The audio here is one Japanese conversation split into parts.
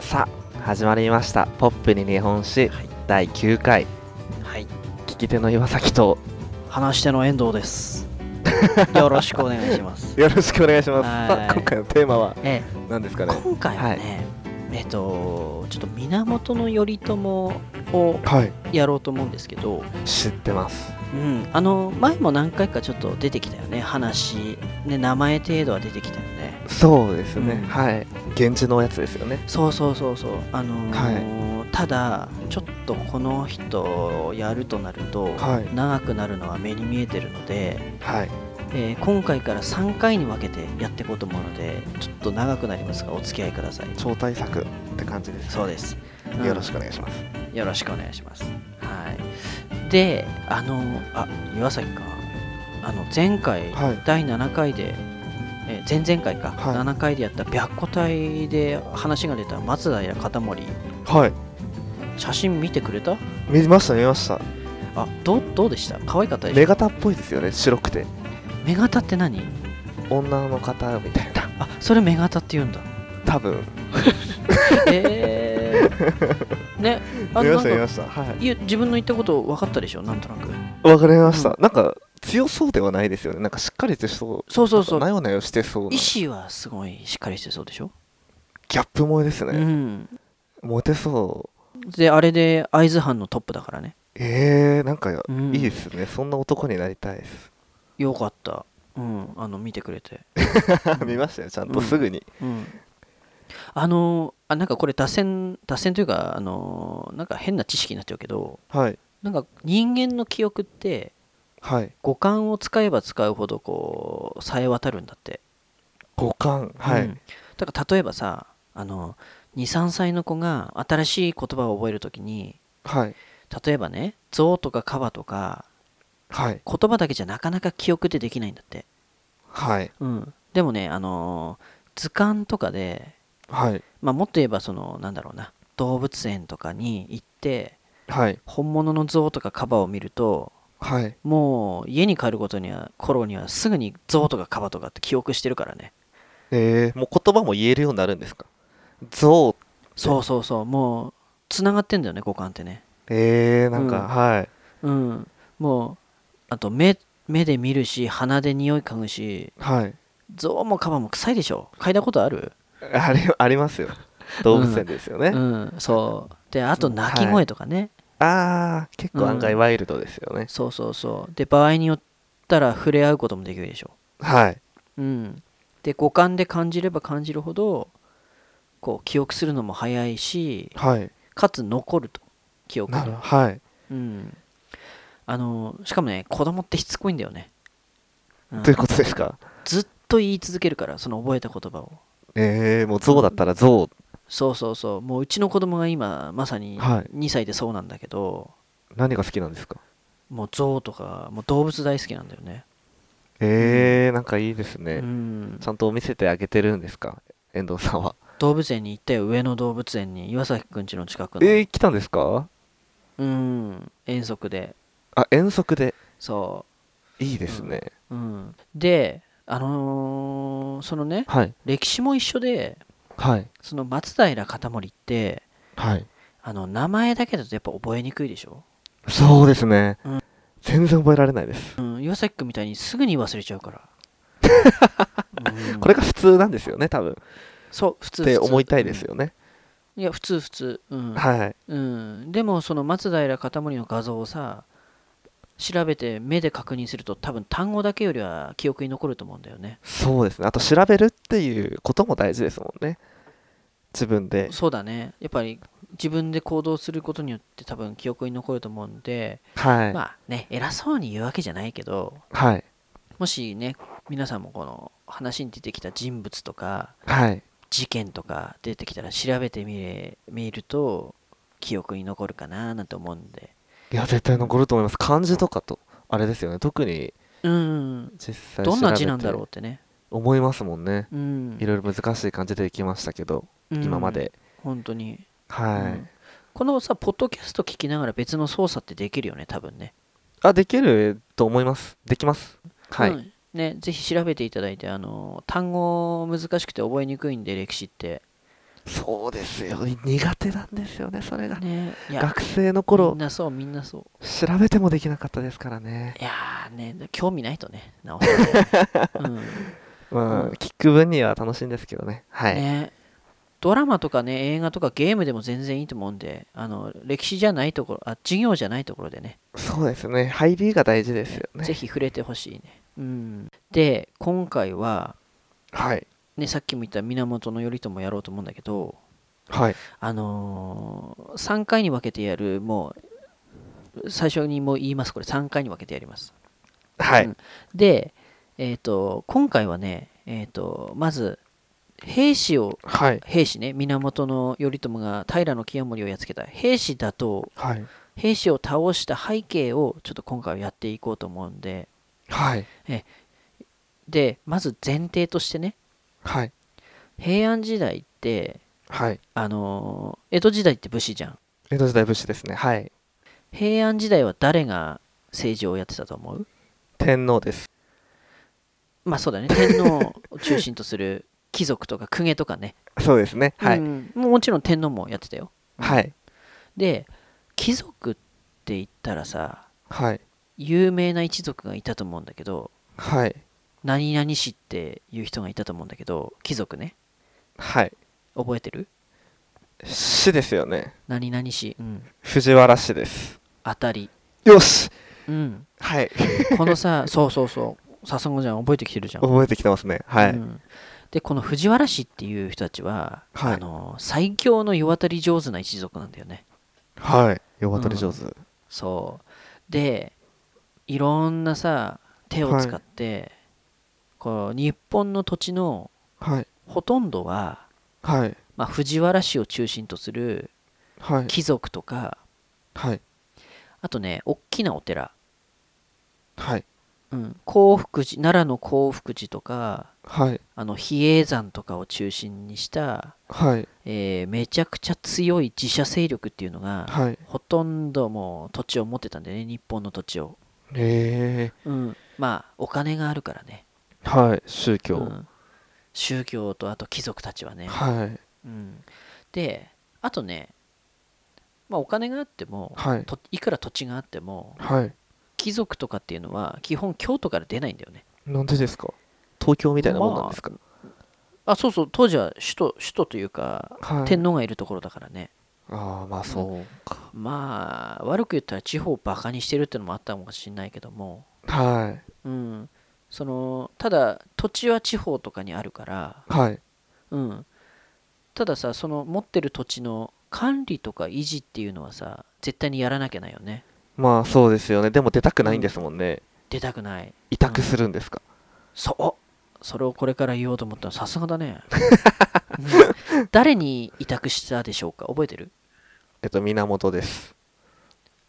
さあ始まりました「ポップに日本史」はい第9回はい聞き手の岩崎と話し手の遠藤です よろしくお願いしますよろしくお願いしますはさいあ今回のテーマはえ何ですかえね今回はね、えっとちょっと源頼朝をはいやろうと思うんですけど、知ってますうん、あの前も何回かちょっと出てきたよね話ね名前程度は出てきたよねそうですね、うんはい現地のやつですよねそうそうそうそうあのーただちょっとこの人をやるとなると、はい長くなるのは目に見えてるのではいえー今回から3回に分けてやっていこうと思うのでちょっと長くなりますがお付き合いください超大作って感じですそうです、うんよろしくお願いしますよろしくお願いしますはいであのあ岩崎かあの前回、はい第7回で、えー前々回か、はい7回でやった白虎隊で話が出た松平片森はい写真見てくれた見ました見ましたあどうどうでした可愛かったでし目ょ型っぽいですよね白くて目型って何女の方みたいなあそれ目型って言うんだ 多分えー、ねあ見のましなんた見まかしたはいいや自分の言ったこと分かったでしょなんとなくわかりました、うなんか強そうではないですよねなんかしっかりとしそうそうそうそなうよなよしてそうな意志はすごいしっかりしてそうでしょ、ギャップ萌えですうね、んモテそうであれで会津藩のトップだからね、えー、なんかうん、いいですね、そんな男になりたい ですよかったうんあの見てくれて見ましたよちゃんとうんすぐに、うんあのあなんかこれ脱線脱線というかあのなんか変な知識になっちゃうけどはいなんか人間の記憶ってはい五感を使えば使うほどこうさえ渡るんだって五感はい、うんだから例えばさあの23歳の子が新しい言葉を覚えるときにはい例えばね「象」とか「カバ」とかはい言葉だけじゃなかなか記憶ってできないんだって、はいうん、でもねあのー図鑑とかで、はいまあ、もっと言えばそのなんだろうな動物園とかに行ってはい本物の象とかカバを見るとはいもう家に帰ることには頃にはすぐに象とかカバとかって記憶してるからねえー、もう言葉も言えるようになるんですか象そうそうそうもうつながってんだよね五感ってねえー、なんか、うんはいうん、もうあと目目で見るし鼻で匂い嗅ぐしはい象もカバも臭いでしょ嗅いだことある、あれありますよ動物園ですよね、うん、そうであと鳴き声とかね、あー結構案外うんワイルドですよね、そうそうそうで場合によったら触れ合うこともできるでしょ、はいうん、で五感で感じれば感じるほどこう記憶するのも早いしはいかつ残ると記憶ながるはい、うん、あのしかもね子供ってしつこいんだよね、うんどういうことですかずっと言い続けるからその覚えた言葉をえー、もう象だったら象そうそうそうもううちの子供が今まさにはい2歳でそうなんだけど、何が好きなんですかもうゾウとかもう動物大好きなんだよねえー、なんかいいですね、うんちゃんと見せてあげてるんですか遠藤さんは動物園に行ったよ上野動物園に岩崎くん家の近くの、えー、来たんですかうん遠足であ遠足でそいいですね、う、うん、であのーそのねはい歴史も一緒ではいその松平片森ってはいあの名前だけだとやっぱ覚えにくいでしょ、そうですね、うん全然覚えられないです、うん、岩崎くんみたいにすぐに忘れちゃ うから、うんこれが普通なんですよね多分っそう普通て普通思いたいですよね、いや普通普通うん、はいうん、でもその松平片森の画像をさ調べて目で確認すると多分単語だけよりは記憶に残ると思うんだよねそうですねあと調べるっていうことも大事ですもんね自分でそうだねやっぱり自分で行動することによって多分記憶に残ると思うんで、はい、まあね偉そうに言うわけじゃないけどはいもしね皆さんもこの話に出てきた人物とかはい事件とか出てきたら調べてみれ見ると記憶に残るかななんて思うんでいや絶対残ると思います漢字とかとあれですよね特にうん実際どんな字調べてなんだろうってね思いますもんねうんいろいろ難しい感じでいきましたけど、うん今まで本当に、はい、うんこのさポッドキャスト聞きながら別の操作ってできるよね多分ねあできると思いますできますはい、うんねぜひ調べていただいてあの単語難しくて覚えにくいんで歴史ってそうですよ苦手なんですよねそれが、ねいや学生のみ頃んなそうみんなそう調べてもできなかったですからねいやーね興味ないとねなおさ ら、うんまあ、うん聞く分には楽しいんですけどねはい、ね、ドラマとかね映画とかゲームでも全然いいと思うんであの歴史じゃないところあ授業じゃないところでねそうですね入りが大事ですよねぜひ触れてほしいね、うん、で今回は、はいね、さっきも言った源頼朝やろうと思うんだけどはいあのー、3回に分けてやるもう最初にもう言いますこれ3回に分けてやりますはい、うんでえっ、と今回はねえっ、とまず兵士をはい兵士ね源頼朝が平清盛をやっつけた兵士だとはい兵士を倒した背景をちょっと今回はやっていこうと思うんではいでまず前提としてねはい平安時代ってはいあのー江戸時代って武士じゃん江戸時代物資ですねはい平安時代は誰が政治をやってたと思う天皇ですまあそうだね天皇を中心とする貴族とか公家とかね、そうですねはい、うんもうもちろん天皇もやってたよはいで貴族って言ったらさはい有名な一族がいたと思うんだけどはい何々氏っていう人がいたと思うんだけど貴族ねはい覚えてる市ですよね何々氏、うん、藤原氏です当たり、よしうん、はいこのさ そうそうそう笹子ちゃん覚えてきてるじゃん、覚えてきてますねはい、うんでこの藤原氏っていう人たちは、はいあの最強の世渡り上手な一族なんだよねはい世渡り上手、そうでいろんなさ手を使って、こう日本の土地のはいほとんどは、はいまあ、藤原氏を中心とするはい貴族とかはいあとね大きなお寺、はいうん、興福寺奈良の興福寺とかはいあの比叡山とかを中心にした、はいえーめちゃくちゃ強い自社勢力っていうのが、はいほとんどもう土地を持ってたんだよね日本の土地を、へえうん、まあお金があるからねはい宗教、うん宗教とあと貴族たちはね、はいうん、であとね、まあ、お金があってもはいといくら土地があってもはい貴族とかっていうのは基本京都から出ないんだよねなんでですか東京みたいなもんなんですか、あそうそう当時は首都首都というかはい天皇がいるところだからね、ああまあそうか、まあ悪く言ったら地方をバカにしてるっていうのもあったのかもしれないけども、はいうん、そのただ土地は地方とかにあるから、はいうん、たださその持ってる土地の管理とか維持っていうのはさ絶対にやらなきゃないよねまあそうですよねでも出たくないんですもんね、出たくない委託するんですか、そうそれをこれから言おうと思ったらさすが だね、うん誰に委託したでしょうか覚えてるえっと源です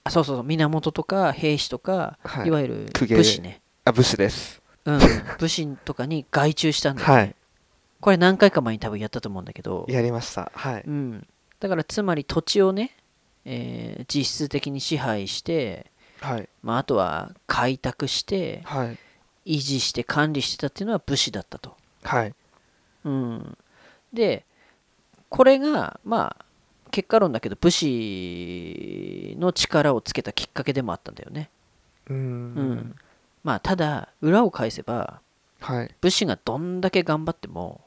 あそうそうそう源とか兵士とか、はいい、わゆる公家武士ね、あ武士ですうん、 武士とかに外注したんだよね、はいこれ何回か前に多分やったと思うんだけど、やりましたはいうん、だからつまり土地をね、えー実質的に支配してはいまあ、あとは開拓してはい維持して管理してたっていうのは武士だったと。はいうん、でこれがまあ結果論だけど武士の力をつけたきっかけでもあったんだよね。うーんうんまあ、ただ裏を返せばはい武士がどんだけ頑張っても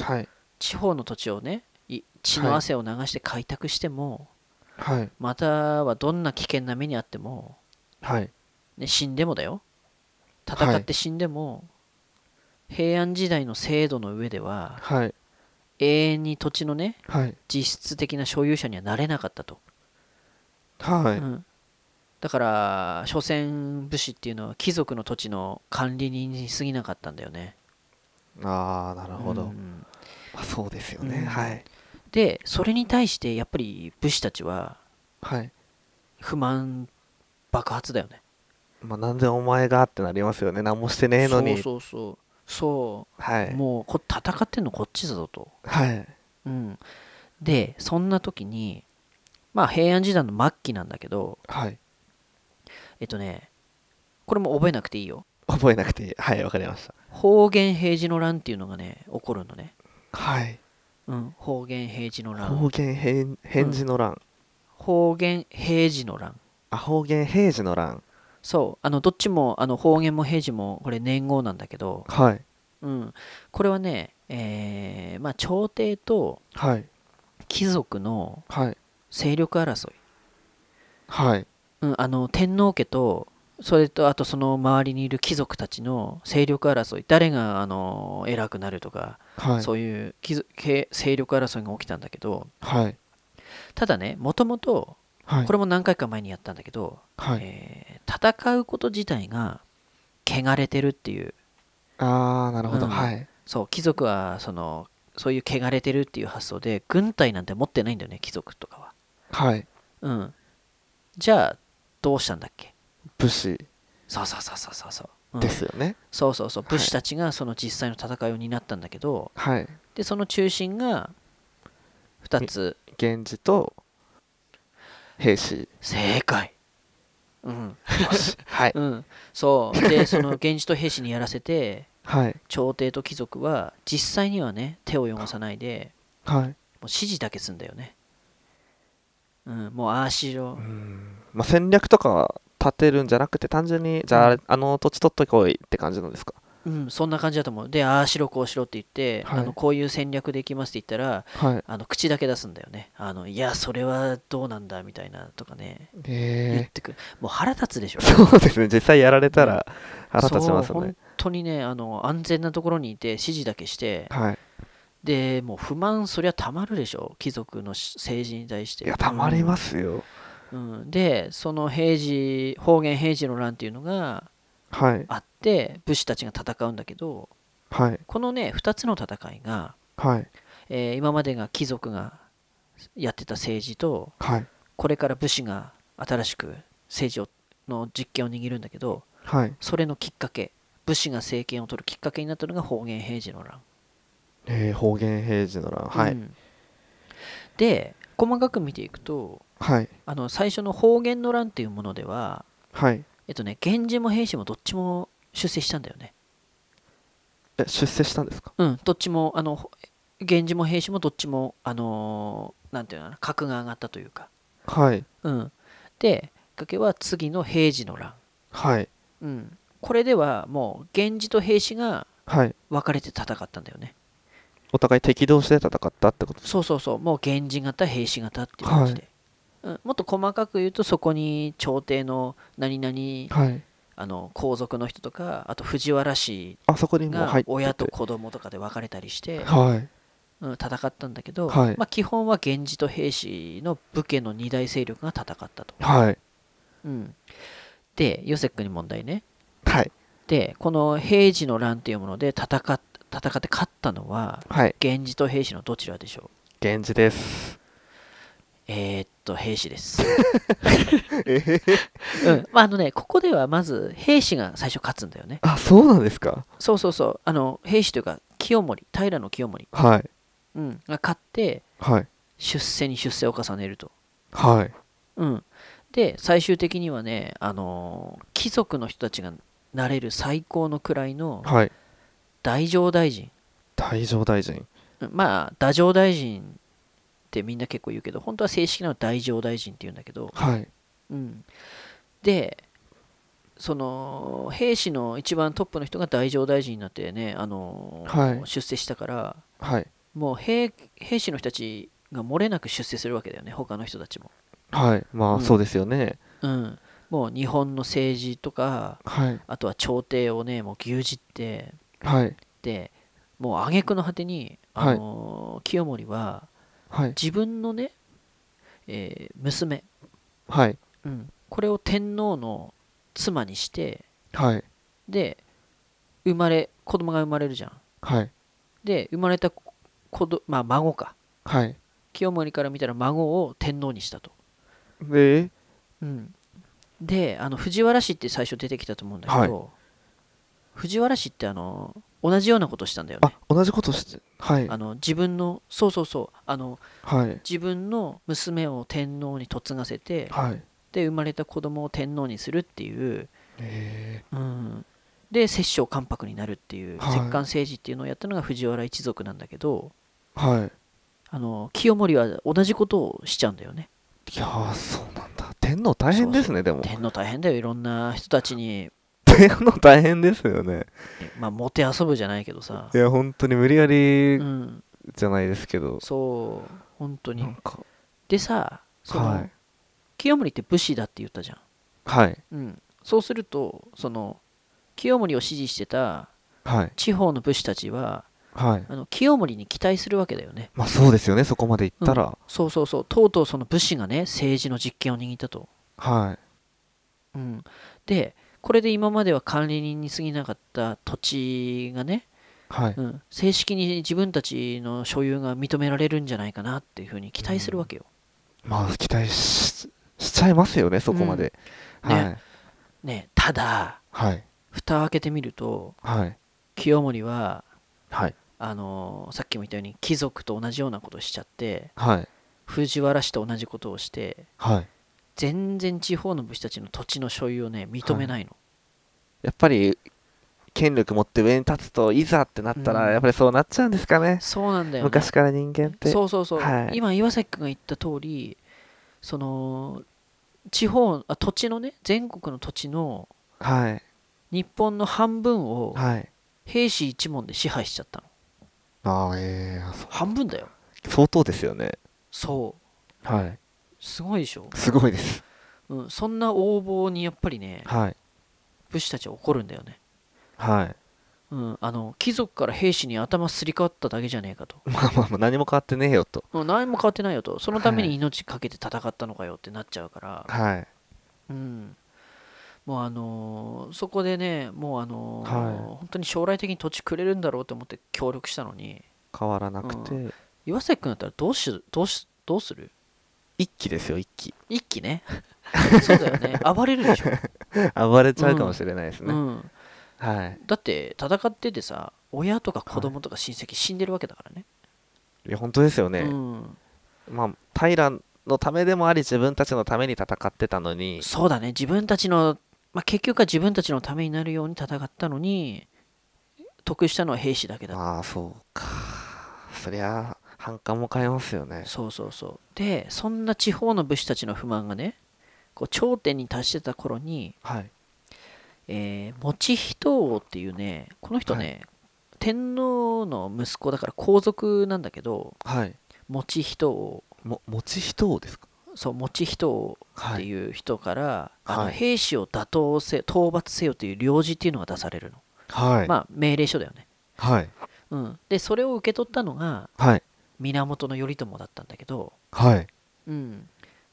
はい地方の土地をねい血の汗を流して開拓しても、はいまたはどんな危険な目にあってもはいね、死んでもだよ戦って死んでも、平安時代の制度の上でははい永遠に土地のねはい実質的な所有者にはなれなかったと、はういん、だから所詮武士っていうのは貴族の土地の管理人に過ぎなかったんだよねああなるほど、うんまあ、そうですよね、うんはいでそれに対してやっぱり武士たちははい不満爆発だよねまあなんでお前がってなりますよね何もしてねえのにそうそうそうそはういもうこ戦ってんのこっちだぞとはいうん、でそんな時にまあ平安時代の末期なんだけどはいえっとねこれも覚えなくていいよ覚えなくていいはいわかりました方言平治の乱っていうのがね起こるのねはいうん、方言平治の方乱言変変字の乱、方言平治の乱あ方言平時の乱そうあのどっちもあの方言も平治もこれ年号なんだけど、はいうん、これはね、えーまあ、朝廷とはい貴族のはい勢力争い、はいうん、あの天皇家とそれとあとその周りにいる貴族たちの勢力争い誰があの偉くなるとか、はいそういう貴族系勢力争いが起きたんだけどはいただねもともとはいこれも何回か前にやったんだけど、はいえー戦うこと自体が汚れてるっていうああなるほど、うんはいそう貴族はそのそういう汚れてるっていう発想で軍隊なんて持ってないんだよね貴族とかははいうんじゃあどうしたんだっけ武士そうそうそうそうそうそう、うんですよね、そうそうそうはい武士たちがその実際の戦いを担ったんだけど、はいでその中心が2つ源氏と兵士正解うん、よしはいうん、そうでその源氏と兵士にやらせてはい朝廷と貴族は実際にはね手を汚さないではいもう指示だけすんだよねうんもうああしろうんまあ、戦略とか立てるんじゃなくて単純にじゃあ、うあの土地取っとこいって感じなんですかうんそんな感じだと思うでああしろこうしろって言って、はいあのこういう戦略でいきますって言ったらはいあの口だけ出すんだよねあのいやそれはどうなんだみたいなとかね言っえてくるもう腹立つでしょそうですね実際やられたら腹立ちますそうね本当にねあの安全なところにいて指示だけしてはいでもう不満そりゃたまるでしょ貴族のし政治に対して、いやたまりますすようん、でその平時方言平時の乱っていうのがはいあって武士たちが戦うんだけどはいこのね2つの戦いが、はいえー今までが貴族がやってた政治とはいこれから武士が新しく政治をの実権を握るんだけどはいそれのきっかけ武士が政権を取るきっかけになったのが方言平治の乱、えー方言平時の乱はういんで細かく見ていくとはいあの最初の方言の乱っていうものでははいえっとね源氏も平氏もどっちも出世したんだよねえ出世したんですかうん、どっちも、あの、ほ源氏も平氏もどっちも、あのーなんていうのかな、格が上がったというか。はいうん。で、きっかけは次の平治の乱。はいうん。これではもう、源氏と平氏がはい分かれて戦ったんだよね。お互い敵同士で戦ったってことですそうそうそう、もう源氏型、平氏型っていう感じで。うん、もっと細かく言うと、そこに朝廷の何々、はいあの、皇族の人とか、あと藤原氏あそこにもう入っがてて親と子供とかで分かれたりして、はいうん、戦ったんだけど、はいまあ、基本は源氏と平氏の武家の二大勢力が戦ったと。はいうん、でヨセックに問題ね。はいでこの平治の乱っていうもので戦っ戦って勝ったのははい源氏と平氏のどちらでしょう源氏ですえーっと平氏です、 えへへうんまあ、あのねここではまず平氏が最初勝つんだよねあそうなんですかそうそうそうあの平氏というか清盛平の清盛、はいうん、が勝ってはい出世に出世を重ねるとはいうん、で最終的にはね、あのー貴族の人たちがなれる最高の位のはい大乗大臣大乗大臣うんまあ太政大臣ってみんな結構言うけど本当は正式なの大乗大臣って言うんだけど、はいうん、でその兵士の一番トップの人が大乗大臣になってね、あのーはい出世したからはいもう兵兵士の人たちが漏れなく出世するわけだよね他の人たちも、はいまうあんそうですよねうん、もう日本の政治とかはいあとは朝廷をねもう牛耳ってはいでもう挙句の果てに、はいあのー清盛ははい自分のね、えー娘、はいうんこれを天皇の妻にしてはいで生まれ子供が生まれるじゃんはいで生まれた子ど、まあ、孫かはい清盛から見たら孫を天皇にしたと、でうんであの藤原氏って最初出てきたと思うんだけど、藤原氏ってあの同じようなことしたんだよねあ同じことしてはいあの自分のそうそうそうあのはい自分の娘を天皇に嫁がせてはいで生まれた子供を天皇にするっていう、えうん、で摂政関白になるっていうはい摂関政治っていうのをやったのが藤原一族なんだけど、ーはいあの清盛は同じことをしちゃうんだよねいやーそうなんだ天皇大変ですねでも天皇大変だよいろんな人たちに、 天皇大変ですよねまあ、もてあそぶじゃないけどさいや本当に無理やうりんじゃないですけど、そう本当になんかでさその、はい清盛って武士だって言ったじゃんはいうん、そうするとその清盛を支持してたはい地方の武士たちははいあの清盛に期待するわけだよねまあそうですよねそこまでいったら、そうそうそうとうとうその武士がね政治の実権を握ったと、はいうん、でこれで今までは管理人に過ぎなかった土地がね、はい、うん、正式に自分たちの所有が認められるんじゃないかなっていうふうに期待するわけよ、まあ期待ししちゃいますよねそこまで、うんはい、ね、ただはい蓋を開けてみるとはい清盛ははいあのさっきも言ったように貴族と同じようなことをしちゃってはい藤原氏と同じことをしてはい全然地方の武士たちの土地の所有をね認めないの、やっぱり権力持って上に立つといざってなったら、うんやっぱりそうなっちゃうんですかねそうなんだよ、ね、昔から人間ってそうそうそう、はい今岩崎君が言った通りその地方あ土地のね全国の土地のはい日本の半分をはい兵士一門で支配しちゃったのああええあそ半分だよ相当ですよねそうはいすごいでしょ、すごいですうん、そんな横暴にやっぱりねはい武士たちは怒るんだよねはいうん、あの貴族から兵士に頭すり替わっただけじゃねえかと、まあまあまあ何も変わってねえよとうん、何も変わってないよとそのためはにい命かけて戦ったのかよってなっちゃうから、はいうん、もうあのーそこでねもうあのーはい本当に将来的に土地くれるんだろうと思って協力したのに変わらなくて、う岩崎君だったらどうしどうしどうする一気ですよ一気一 気ねそうだよね暴れるでしょ、暴れちゃうかもしれないですうね、ん、はいだって戦っててさ親とか子供とか親戚死んでるわけだからね、いや本当ですよね、うん、まあ、平のためでもあり自分たちのために戦ってたのにそうだね自分たちの、まあ、結局は自分たちのためになるように戦ったのに得したのは兵士だけだったまあそうかそりゃ反感も買えますよねそうそうそうでそんな地方の武士たちの不満がねこう頂点に達してた頃に、はいえー、持人王っていうねこの人ね、は天皇の息子だから皇族なんだけどはい持人王も持ち人王ですかそう持人王っはていいう人から、あのはい兵士を打倒せ討伐せよという領事っていうのが出されるの、はい、まあ命令書だよねはいうん、でそれを受け取ったのがはい源頼朝だったんだけど、はいうん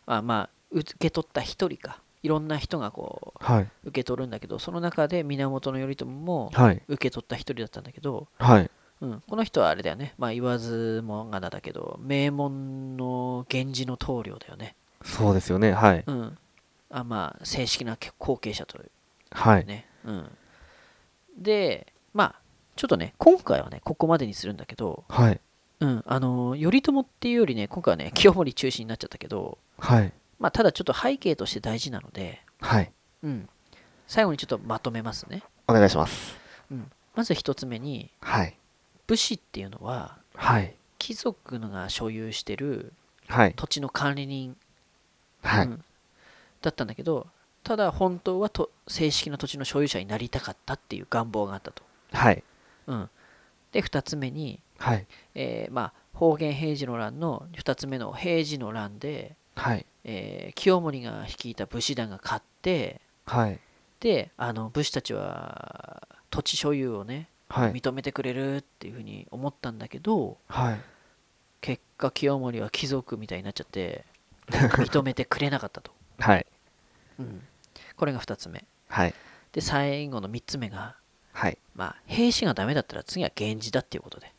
あまあ、受け取った一人かいろんな人がこはいはいう受け取るんだけどその中で源頼朝もはい受け取った一人だったんだけど、はいうん、この人はあれだよね、まあ、言わずもがなだけど名門の源氏の棟梁だよね、そうですよねはいうんあまあ、正式な後継者というはいね、うん、でまあちょっとね今回はねここまでにするんだけど、はいうん、あの頼朝っていうよりね今回はね清盛中心になっちゃったけど、はいまあ、ただちょっと背景として大事なので、はいうん、最後にちょっとまとめますね、お願いしますうん、まず一つ目にはい武士っていうのははい貴族が所有してるはい土地の管理人、はういんだったんだけどただ本当はと正式な土地の所有者になりたかったっていう願望があったと、はいうん、で二つ目に、はいえーまあ、方言平治の乱の二つ目の平治の乱ではいえー清盛が率いた武士団が勝ってはいであの武士たちは土地所有をねはい認めてくれるっていうふうに思ったんだけどはい結果清盛は貴族みたいになっちゃって認めてくれなかったと、はいうんこれが2つ目はいで最後の3つ目が、はいまあ、兵士がダメだったら次は源氏だっていうことで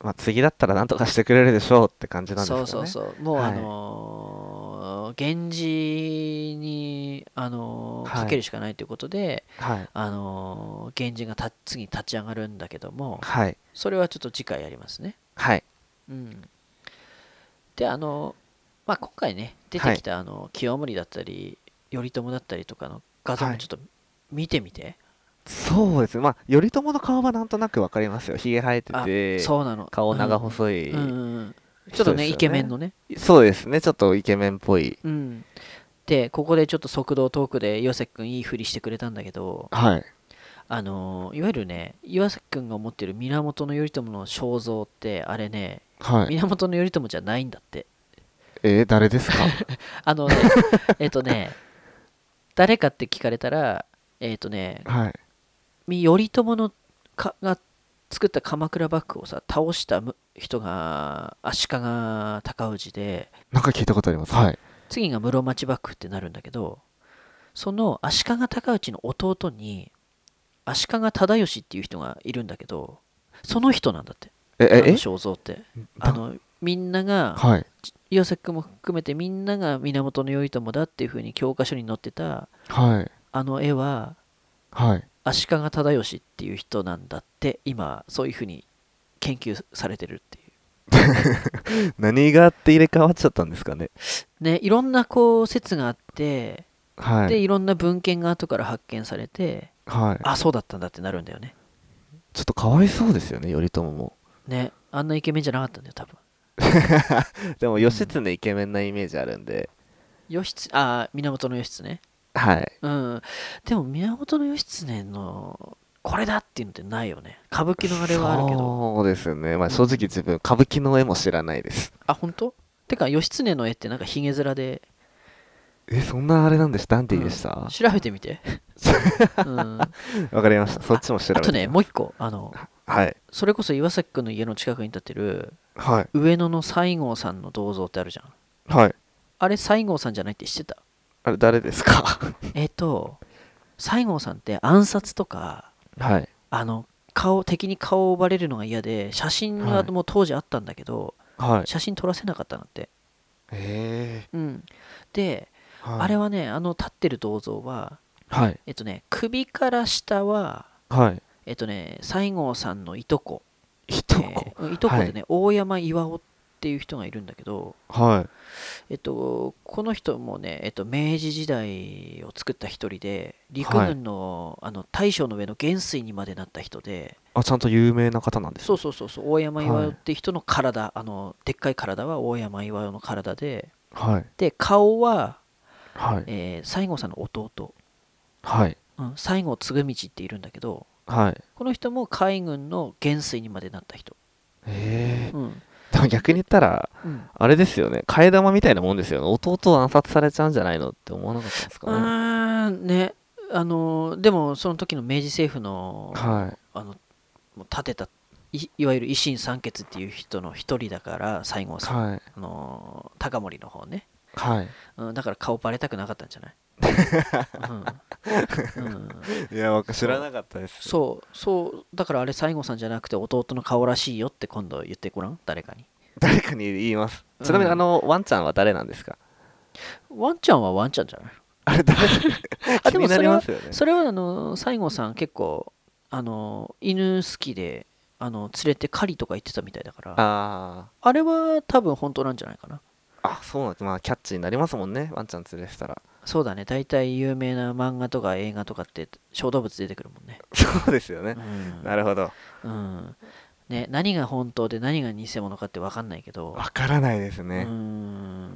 まあ次だったらなんとかしてくれるでしょうって感じなんですよそねうそうそうもうはいあのー源氏に、あのーはいかけるしかないということで、はいあのー源氏がた次に立ち上がるんだけどもはいそれはちょっと次回やりますね。はいうん、であのーまあ、今回ね出てきた、あの清盛だったり頼朝だったりとかの画像はもいちょっと見てみて、そうですねまあ頼朝の顔はなんとなくわかりますよひげ生えてあてそうなの顔長うん細い、うんうんうんち人ょっとですよねイケメンのね、そうですねちょっとイケメンっぽいうん、でここでちょっと速度トークで岩崎君いいふりしてくれたんだけどはいあのーいわゆるね岩崎君が持ってる源頼朝の肖像ってあれねはい源頼朝じゃないんだってえー、誰ですかあのねえっとね誰かって聞かれたらえっとね はいみ頼朝のかが作った鎌倉幕府をさ倒したむ人が足利尊氏でなんか聞いたことありますはい次が室町幕府ってなるんだけどその足利尊氏の弟に足利忠義っていう人がいるんだけどその人なんだってえあのええ肖像ってだあのみんながはい岩崎君も含めてみんなが源頼朝だっていうふうに教科書に載ってたはいあの絵ははい足利忠義っていう人なんだって今そういうふうに研究されてるっていう何があって入れ替わっちゃったんですかねねいろんなこう説があってはでいいろんな文献が後から発見されてはいあそうだったんだってなるんだよねちょっとかわいそうですよね頼朝もねあんなイケメンじゃなかったんだよ多分でも義経イケメンなイメージあるんで、義経あ源義経ねはいうんでも源義経のこれだっていうのってないよね歌舞伎のあれはあるけどそうですねまあ正直自分歌舞伎の絵も知らないですあ本当てか義経の絵ってなんかヒゲ面でえそんなあれなんでしたダンディーでしたわ、調べて みて、うん、あかりましたそっちも調べてとねもう一個あのはいそれこそ岩崎君の家の近くに建てるはい上野の西郷さんの銅像ってあるじゃんはいあれ西郷さんじゃないって知ってたあれ誰ですか えっと西郷さんって暗殺とかはいあの顔敵に顔をバレるのが嫌で写真はがいもう当時あったんだけど、はい写真撮らせなかったんだって、えうん、で、ーはい、あれはねあの立ってる銅像ははいえっとね首から下ははいえっとね西郷さんのいとこいえと こ、ーいとこでね、大山巌っていう人がいるんだけど、はいえっと、この人もね、えっと、明治時代を作った一人で陸軍の,、あの大将の上の元帥にまでなった人であちゃんと有名な方なんですそうねそうそうそう大山はい巌って人の体、あのでっかい体は大山巌の体ではいで顔は、はいえー西郷さんの弟、はいうん、西郷嗣道っているんだけどはいこの人も海軍の元帥にまでなった人、えうんー、でも逆に言ったらうん、あれですよね替え玉みたいなもんですよね弟を暗殺されちゃうんじゃないのって思わなかったんですうかねーんねあのでもその時の明治政府のはいあのもう立てたいいわゆる維新三傑っていう人の一人だから西郷さん、はいあのー高森の方ね、はいうん、だから顔バレたくなかったんじゃ ない、うんうんいや僕知らなかったですそうそうだからあれ西郷さんじゃなくて弟の顔らしいよって今度言ってごらん誰かに誰かに言いますうんちなみにあの、ワンちゃんは誰なんですかワンちゃんはワンちゃんじゃないあれ誰 気あにでもなそりれはますよねそれはあの西郷さん結構あの犬好きであの連れて狩りとか行ってたみたいだからああれは多分本当なんじゃないかなーあそうなんですまあキャッチになりますもんねワンちゃん連れてたらそうだね大体有名な漫画とか映画とかって小動物出てくるもんねそうですよねうなるほどん、うんね何が本当で何が偽物かって分かんないけど、わからないですうね、ん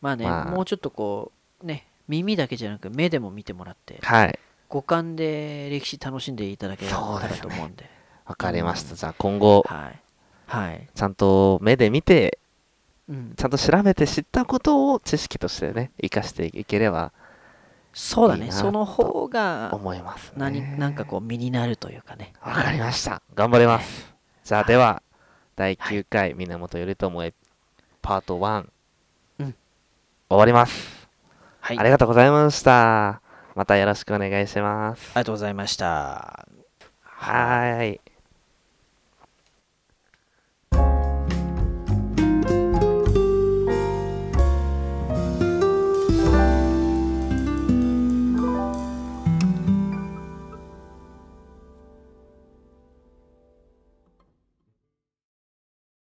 まあね、まあもうちょっとこうね耳だけじゃなく目でも見てもらってはい五感で歴史楽しんでいただけたそうらですねと思うんでわかりました、うんじゃあ今後はいはい、ちゃんと目で見てうん、ちゃんと調べて知ったことを知識としてね生かしていければそうだねいいなその方が思いますね何なんかこう身になるというかねわかりました。頑張ります。じゃあ、では、第9回、源頼朝へ、パート1、うん終わります。はいありがとうございました。またよろしくお願いします。ありがとうございましたはーい。